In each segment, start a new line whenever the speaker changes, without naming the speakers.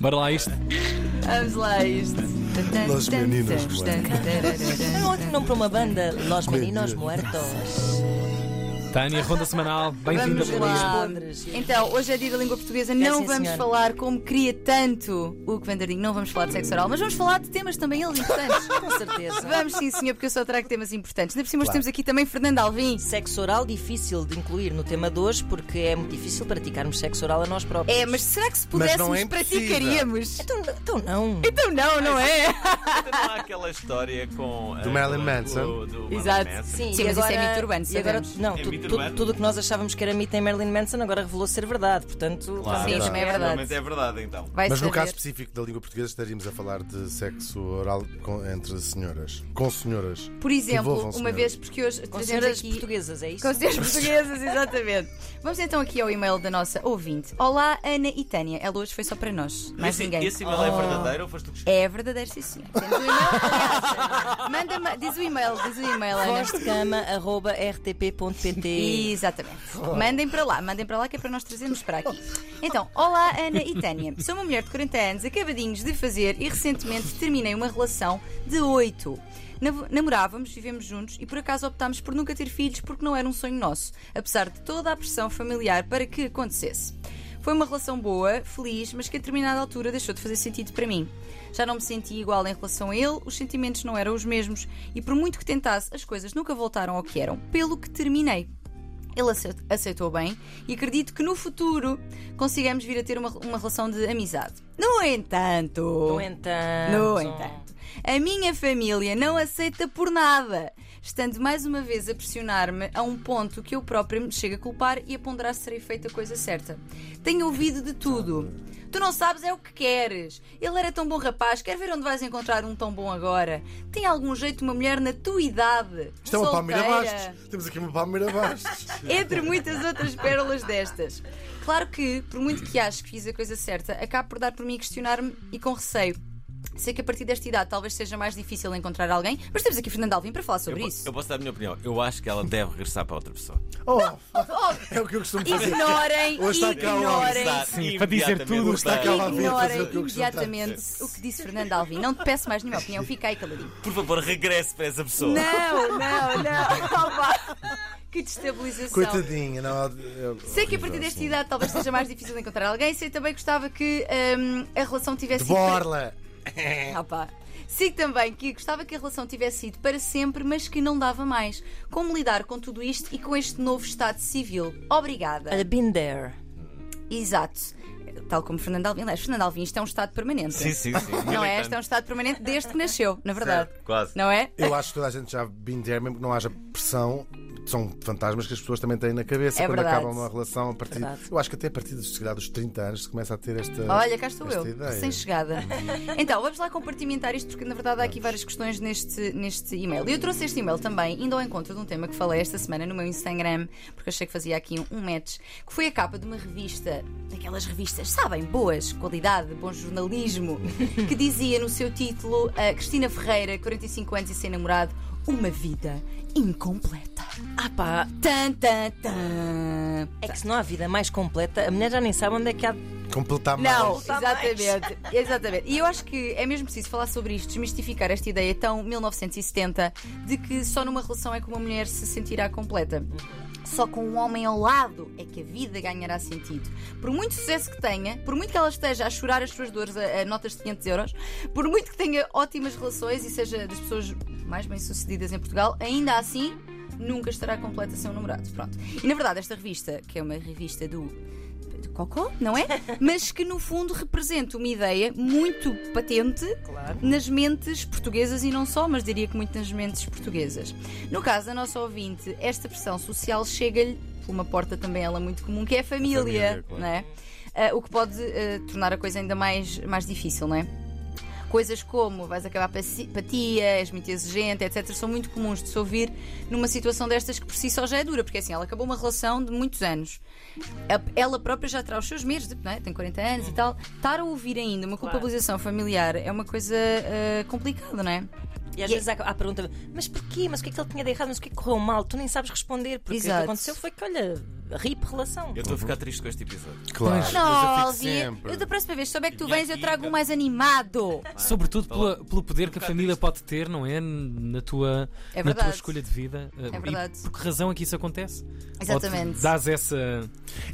Bora lá isto.
Vamos lá a isto.
Los meninos
É um ótimo nome para uma banda. Los Meninos Muertos.
Tânia, ronda semanal. Bem-vinda
Vamos
por
lá.
Londres.
Então, hoje é dia da língua portuguesa.
sim,
Não vamos
senhora.
falar como queria tanto o Vandardinho. Não vamos falar de sexo oral, mas vamos falar de temas também eles importantes.
Com certeza.
Vamos sim, senhor, porque eu só trago temas importantes. Ainda por cima, hoje temos aqui também Fernando Alvim.
Sexo oral difícil de incluir no tema de hoje porque é muito difícil praticarmos sexo oral a nós próprios.
É, mas será que se
Mas não
pudéssemos
é impossível.
praticaríamos?
Então, então não.
Então não, não é?
Não há aquela história com. eh,
Do Marilyn
com-
Manson.
do- do
Exato.
Marilyn Manson.
Sim,
Sim,
e
mas isso é
agora,
mito urbano,
e agora,
sabemos.
Não,
É
tu-
mito
tu-
urbano.
tudo o que nós achávamos que era mito em Marilyn Manson agora revelou ser verdade. Portanto,
Claro.
Sim, também é
Realmente
verdade.
é verdade, então.
Vai
Mas no
saber.
caso específico da língua portuguesa estaríamos a falar de sexo oral com- entre senhoras. Com senhoras.
Por
Que
exemplo,
envolvam
uma
senhoras.
vez, porque hoje
com
trazemos
senhoras
aqui.
portuguesas, é isso?
Com senhoras portuguesas, exatamente. Vamos então aqui ao e-mail da nossa ouvinte. Olá, Ana e Tânia. Ela hoje foi só para nós, mais
esse,
ninguém.
esse e-mail é verdadeiro ou foste tu que escreveste?
É verdadeiro, sim, senhor. Temos o e-mail. Manda ma- diz o e-mail, diz o e-mail, Ana.
Vozcama.rtp.pt
Exatamente. Mandem para lá, mandem para lá que é para nós trazermos para aqui. Então, olá Ana e Tânia. Sou uma mulher de 40 anos, acabadinhos de fazer e recentemente terminei uma relação de 8. Nav- Namorávamos, vivemos juntos e por acaso optámos por nunca ter filhos porque não era um sonho nosso, apesar de toda a pressão familiar para que acontecesse. Foi uma relação boa, feliz, mas que a determinada altura deixou de fazer sentido para mim. Já não me senti igual em relação a ele, os sentimentos não eram os mesmos e, por muito que tentasse, as coisas nunca voltaram ao que eram, pelo que terminei. Ele aceit- aceitou bem e acredito que no futuro consigamos vir a ter uma, uma relação de amizade. No entanto.
No entanto.
No entanto, a minha família não aceita por nada, estando mais uma vez a pressionar-me a um ponto que eu própria me chego a culpar e a ponderar se terei feito a coisa certa. Tenho ouvido de tudo. Tu não sabes é o que queres. Ele era tão bom rapaz, quer ver onde vais encontrar um tão bom agora. Tem algum jeito uma mulher na tua idade?
Isto é uma Palmeira
solteira?
Bastos. Temos aqui uma Palmeira Bastos.
entre muitas outras pérolas destas. Claro que, por muito que acho que fiz a coisa certa, acabo por dar por mim a questionar-me e com receio. Sei que a partir desta idade talvez seja mais difícil encontrar alguém, mas temos aqui Fernando Alvim para falar
Eu,
sobre
po-
isso.
eu posso dar a minha opinião. Eu acho que ela deve regressar para outra pessoa.
Oh, é o que eu costumo dizer.
Ignorem,
Hoje está cá o
ignorem.
Regressar
Sim, para dizer
imediatamente
tudo, está
para-
cá lá. Alvim a fazer
Ignorem
o que eu costumo
imediatamente o que disse Fernando Alvim. Não te peço mais nenhuma opinião, fica aí caladinho.
Por favor, regresse para essa pessoa.
Não, não, não. Opa. Que destabilização.
Coitadinha, não. é- é
Sei que a partir
horrível,
desta
sim.
idade talvez seja mais difícil de encontrar alguém. Sei também que gostava que hum, a relação tivesse
De
sido para-
borla!
Ah, pá. Sei também que gostava que a relação tivesse sido para sempre, mas que não dava mais. Como lidar com tudo isto e com este novo estado civil? Obrigada.
I've been there.
Exato. Tal como Fernando Alvim. Aliás, Fernando Alvim, isto é um estado permanente.
Sim, sim, sim.
Não é? Isto é um estado permanente desde que nasceu, na verdade.
Certo, quase.
Não é?
Eu acho que toda a gente já been there, mesmo que não haja pressão. São fantasmas que as pessoas também têm na cabeça
É
quando
verdade.
acabam uma relação a partir.
Verdade.
Eu acho que até a partir dos, se calhar, dos 30 anos se começa a ter esta.
Olha, cá estou
esta
eu,
ideia.
recém-chegada. Então, vamos lá compartimentar isto, porque na verdade há aqui várias questões neste, neste e-mail. E eu trouxe este e-mail também, indo ao encontro de um tema que falei esta semana no meu Instagram, porque achei que fazia aqui um, um match, que foi a capa de uma revista, daquelas revistas, sabem, boas, qualidade, bom jornalismo, que dizia no seu título a Cristina Ferreira, 45 anos e sem namorado, uma vida incompleta.
Ah pá,
Tan, tan, tan.
é que se não há vida mais completa, a mulher já nem sabe onde é que há
Completar
Não,
mais.
exatamente, exatamente. E eu acho que é mesmo preciso falar sobre isto, desmistificar esta ideia tão 1970 de que só numa relação é que uma mulher se sentirá completa. Só com um homem ao lado é que a vida ganhará sentido. Por muito sucesso que tenha, por muito que ela esteja a chorar as suas dores a, a notas de 500 euros, por muito que tenha ótimas relações e seja das pessoas mais bem-sucedidas em Portugal, ainda assim nunca estará completa sem um namorado. Pronto. E na verdade, esta revista, que é uma revista do de cocó, não é? Mas que no fundo representa uma ideia muito patente
Claro.
nas mentes portuguesas e não só, mas diria que muito nas mentes portuguesas. No caso da nossa ouvinte, esta pressão social chega-lhe por uma porta também ela muito comum, que é a família,
família, claro.
não é? Ah, o que pode ah, tornar a coisa ainda mais, mais difícil, não é? Coisas como vais acabar pa- apatia, és muito exigente, etc., são muito comuns de se ouvir numa situação destas que por si só já é dura, porque assim, ela acabou uma relação de muitos anos. A- Ela própria já terá os seus medos, de- não é? tem 40 anos e tal. Estar a ouvir ainda uma culpabilização familiar é uma coisa ah, complicada, não é?
E às
E-
vezes há há a pergunta, mas porquê? Mas o que é que ele tinha de errado? Mas o que é que correu mal? Tu nem sabes responder, porque o
Exato.
que aconteceu foi que, olha, RIP relação.
Eu estou a ficar triste com este episódio.
Claro, mas
Não,
eu fico
Alvia,
sempre.
eu da próxima vez, se souber que tu
Minha
vens, eu trago um
amiga.
mais animado.
Sobretudo pela- pelo poder que a família pode ter, não é? Na tua,
É
na tua
verdade.
escolha de vida. Eh,
É verdade.
E por que razão é que isso acontece? Ou
Exatamente.
te dás essa.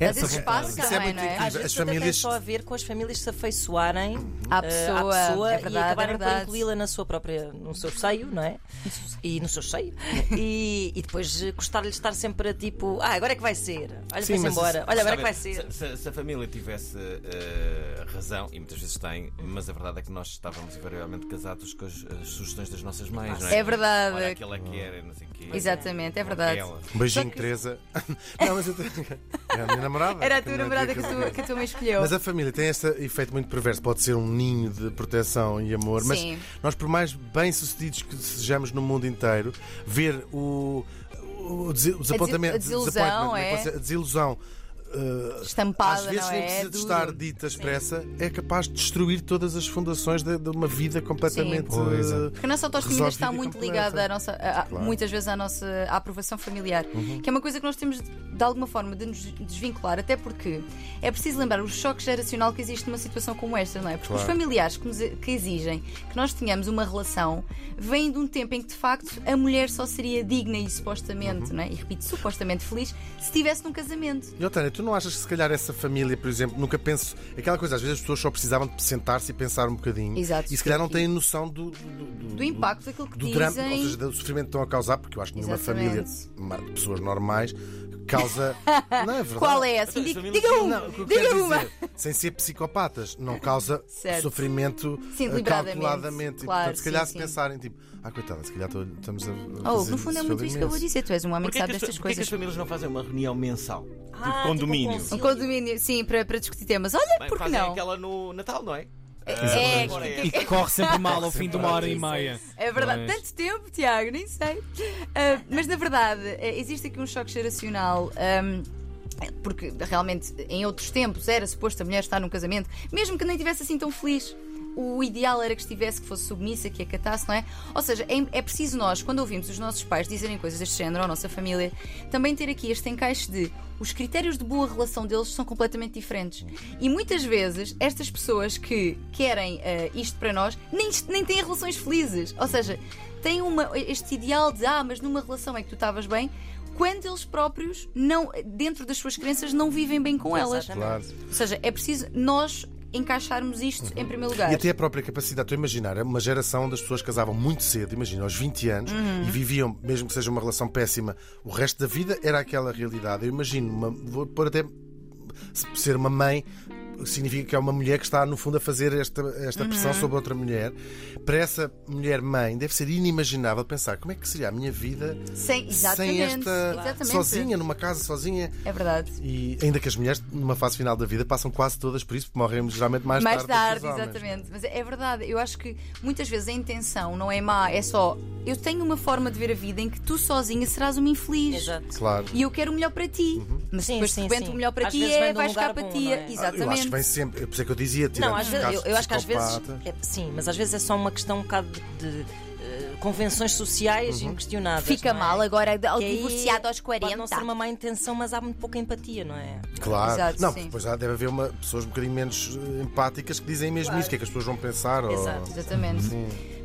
Mas esse
vontade.
espaço
Isso é
também,
muito
não é?
incrível.
Às
As
vezes até tem
famílias-
só a ver com as famílias se afeiçoarem
À
eh,
pessoa,
à pessoa
é
e
verdade,
acabarem
é
por
verdade.
incluí-la na sua própria, no seu seio, não é? E no seu seio. e, e depois eh, custar-lhe estar sempre a tipo, ah, agora é que vai ser. Olha,
Sim,
vai-se
mas tipo
embora. Olha, agora é que
Sabe,
vai ser.
Se, se- se a família tivesse eh, razão, e muitas vezes tem, mas a verdade é que nós estávamos invariavelmente casados com as, as sugestões das nossas mães, não é?
É verdade.
Olha, aquela que era, não sei o quê.
Exatamente, é
Ou
verdade.
aquela.
Um beijinho, Teresa. Não, mas eu tenho... Era a minha namorada.
Era a
Não
tua
é
namorada que a
eu
tua, que a tua mãe escolheu.
Mas eh, a família tem este efeito muito perverso. Pode ser um ninho de proteção e amor, mas
Sim.
nós, por mais bem-sucedidos que sejamos no mundo inteiro, ver o, o desi- o desapontamento,
a desilusão,
disappointment, né?
é?
Pode ser a desilusão. eh,
Estampada,
às vezes
não
nem
é?
precisa de
Duro.
estar dita expressa, é capaz de destruir todas as fundações de, de uma vida completamente.
Sim. Pois é.
eh,
Porque a nossa autoestima
resolvida
está
e
muito
completa.
ligada à nossa, a- a-
Claro. Uhum.
muitas vezes à nossa à aprovação familiar, que é uma coisa que nós temos de, de alguma forma de nos desvincular, até porque é preciso lembrar o choque geracional que existe numa situação como esta, não é? Porque os
Claro.
familiares que, nos- que exigem que nós tenhamos uma relação vêm de um tempo em que de facto a mulher só seria digna e supostamente,
Uhum.
não é? E repito, supostamente feliz se estivesse num casamento.
E Otânia, tu não achas que se calhar essa família, por exemplo, nunca penso. Aquela coisa, às vezes as pessoas só precisavam de sentar-se e pensar um bocadinho.
Exato.
E se calhar não têm noção do, do,
Do impacto daquilo que
do
dizem.
drama, ou seja, do sofrimento que estão a causar, porque eu acho que nenhuma família,
Exatamente.
mar- de pessoas normais, causa. não é verdade?
Qual é essa?
Então, As
Diga,
famílias-
diga
Não,
uma!
o que eu quero
Diga
dizer,
é
uma!
Sem ser psicopatas, não causa
Certo.
sofrimento
Sim,
eh,
deliberadamente.
calculadamente. E,
Claro,
portanto, se calhar
sim,
se
sim.
pensarem, tipo, ah, coitada, se calhar tô- estamos a. a
Oh,
fazer
no fundo é muito
sofrer
isso que eu vou
imenso.
dizer. Tu és um homem que
Porquê é
sabe
que, as,
destas
porquê é que
coisas.
as famílias não fazem uma reunião mensal?
Ah,
de condomínio.
tipo
Um
um
condomínio, sim, para, para discutir temas. Olha,
Bem, é
por que
fazem
não?
aquela no Natal, não é?
É,
Agora
E que corre sempre mal ao fim de uma hora e meia.
É verdade,
Mas-
tanto tempo, Tiago, nem sei. Ah, mas na verdade, eh, existe aqui um choque geracional. ahm, porque realmente em outros tempos era suposto a mulher estar num casamento, mesmo que nem estivesse assim tão feliz. O ideal era que estivesse, que fosse submissa, que acatasse, não é? Ou seja, é, é preciso nós, quando ouvimos os nossos pais dizerem coisas deste género à nossa família, também ter aqui este encaixe de os critérios de boa relação deles são completamente diferentes. E muitas vezes estas pessoas que querem eh, isto para nós nem, nem têm relações felizes. Ou seja, têm uma, este ideal de ah, mas numa relação é que tu estavas bem, quando eles próprios, não, dentro das suas crenças, não vivem bem com elas.
Exatamente.
Claro.
Ou seja, é preciso nós encaixarmos isto em primeiro lugar.
Uhum. E até a própria capacidade, estou a imaginar, é uma geração das pessoas que casavam muito cedo, imagina, aos 20 anos, e viviam, mesmo que seja uma relação péssima, o resto da vida era aquela realidade. Eu imagino, uma, vou pôr até se- ser uma mãe. Significa que é uma mulher que está, no fundo, a fazer esta,
Uhum.
esta pressão sobre outra mulher. Para essa mulher mãe, deve ser inimaginável pensar como é que seria a minha vida
Sem, exatamente.
sem esta.
exatamente.
sozinha, numa casa sozinha.
É verdade.
E ainda que as mulheres, numa fase final da vida, passam quase todas por isso, porque morrem geralmente mais,
Mais
tarde. do
tarde,
que os homens.
exatamente. Mas é é verdade, eu acho que muitas vezes a intenção não é má, é só eu tenho uma forma de ver a vida em que tu sozinha serás uma infeliz.
Exato.
Claro.
E eu quero o melhor para ti. Mas
Sim,
depois
sim,
de repente
sim.
o melhor para
Às
ti
vezes
é
vem de um
vais cá
lugar
para
bom,
ti.
não é?
Exatamente.
Uhum. Ah, Eu acho que vem sempre, por isso é que eu dizia, tirando
Não, às
os
vezes, eu,
casos
eu acho que às vezes.
psicopatas.
é- sim, mas às vezes é só uma questão um bocado de, de, eh, convenções sociais
Uhum.
inquestionáveis.
Fica
não é?
mal agora, ao
Que aí
divorciado aos
Pode
40.
não ser uma má intenção, mas há muito pouca empatia, não é?
Claro,
Exato,
não,
sim.
depois há, deve haver uma, pessoas um bocadinho menos eh, empáticas que dizem mesmo isso, o que é que as pessoas vão pensar? ou-
Exato.
Exatamente.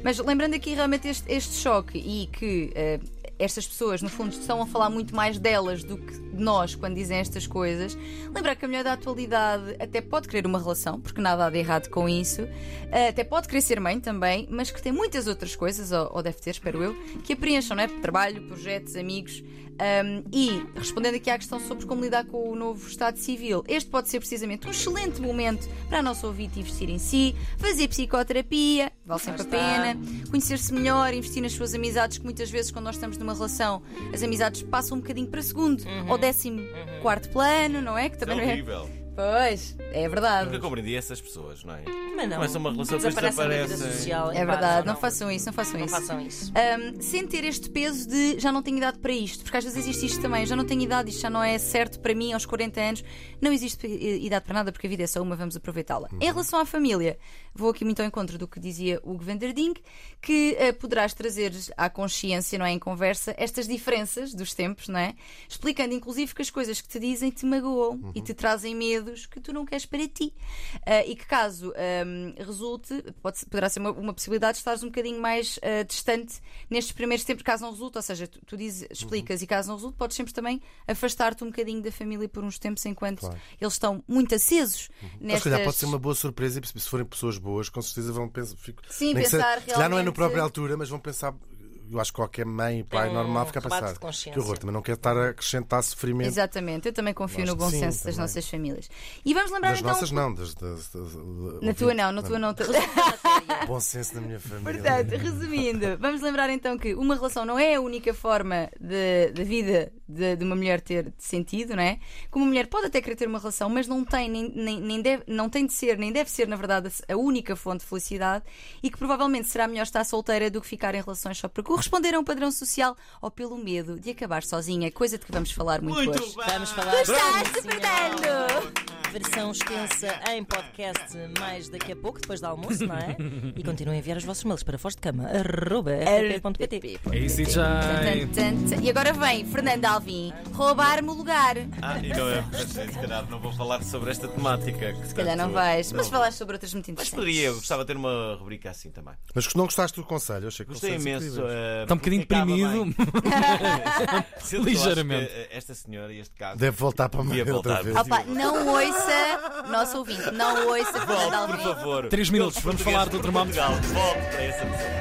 Mas lembrando aqui realmente este, este choque e que eh, estas pessoas, no fundo, estão a falar muito mais delas do que de nós quando dizem estas coisas, lembrar que a mulher da atualidade até pode querer uma relação, porque nada há de errado com isso, eh, até pode querer ser mãe também, mas que tem muitas outras coisas, ou, ou deve ter, espero eu, que a preencham, não é? Trabalho, projetos, amigos. Ahm, e respondendo aqui à questão sobre como lidar com o novo Estado Civil, este pode ser precisamente um excelente momento para a nossa ouvinte investir em si, fazer psicoterapia, vale sempre a
está.
pena, conhecer-se melhor, investir nas suas amizades, que muitas vezes quando nós estamos numa relação, as amizades passam um bocadinho para segundo ou décimo quarto plano, não é? Que
É
também não é.
horrível.
Pois, É verdade.
Nunca compreendi essas pessoas, não é?
Mas não.
Começam uma relação, depois
Desaparecem da vida
desaparecem.
social.
É verdade, não façam isso, não façam
Não
isso.
façam isso.
Ahm, sem ter este peso de já não tenho idade para isto, porque às vezes existe isto também, já não tenho idade, isto já não é certo para mim aos 40 anos, não existe eh, idade para nada, porque a vida é só uma, vamos aproveitá-la. Em relação à família, vou aqui muito ao encontro do que dizia Hugo Vanderding, que eh, poderás trazer à consciência, não é, em conversa, estas diferenças dos tempos, não é? Explicando inclusive que as coisas que te dizem te magoam
Uhum.
e te trazem medos que tu não queres para ti. Ah, e que caso ahm, resulte, pode, poderá ser uma, uma possibilidade de estares um bocadinho mais ah, distante nestes primeiros tempos, caso não resulte, ou seja, tu, tu
Uhum.
dizes, explicas e caso não resulte, podes sempre também afastar-te um bocadinho da família por uns tempos enquanto eles estão muito acesos
Mas Uhum. Então, se
nestas...
calhar pode ser uma boa surpresa e se forem pessoas boas, com certeza vão pensar. Fico,
Sim,
nem que
pensar
seja- Se calhar não é na
realmente-
própria altura, mas vão pensar. Eu acho que qualquer mãe e pai
Tem um
normal fica a
rebate
pensar.
de consciência.
Que horror, também não quero estar a acrescentar sofrimento.
Exatamente, eu também confio
Acho
no
que
bom
sim,
senso das
também.
nossas famílias. E vamos lembrar
Das
então.
nossas, não. Das, das- das-
Na tua não, na tua não.
Bom senso da minha família.
Portanto, resumindo, vamos lembrar então que uma relação não é a única forma de, de vida de, de uma mulher ter sentido, não é? Que uma mulher pode até querer ter uma relação, mas não tem, nem, nem, nem deve, não tem de ser, nem deve ser, na verdade, a única fonte de felicidade e que provavelmente será melhor estar solteira do que ficar em relações só para corresponder a um padrão social ou pelo medo de acabar sozinha, coisa de que vamos falar muito,
Muito
hoje.
bem.
Vamos falar.
Gostaste,
Sim, senhora.
Fernando?
Versão extensa em podcast mais daqui a pouco, depois do almoço, não é? E continuem a enviar os vossos mails para fosdecama.rtp.pt
É isso, e já.
Tan, tan, tan. E agora vem Fernando Alvim roubar-me o lugar.
Ah, e não é preciso, se calhar não vou falar sobre esta temática. Que,
Se calhar não vais, mas falaste sobre outras muito
Mas
interessantes.
poderia, eu gostava de ter uma rubrica assim também.
Mas não gostaste do conselho? é Eu achei que
Gostei
conselhos
imenso.
incríveis.
eh,
Está um bocadinho
porque acaba
deprimido.
bem. Sendo que eu acho
Ligeiramente.
que, eh, Esta senhora e este caso.
Deve voltar para a
Devia
mãe outra
voltar.
vez.
Opa, não ouça, nosso ouvinte, não ouça Fernando
Volte, por
Alvim.
favor.
Três minutos,
Todos
vamos falar
portugueses
do termómetro.
de Portugal, Volte para essa pessoa.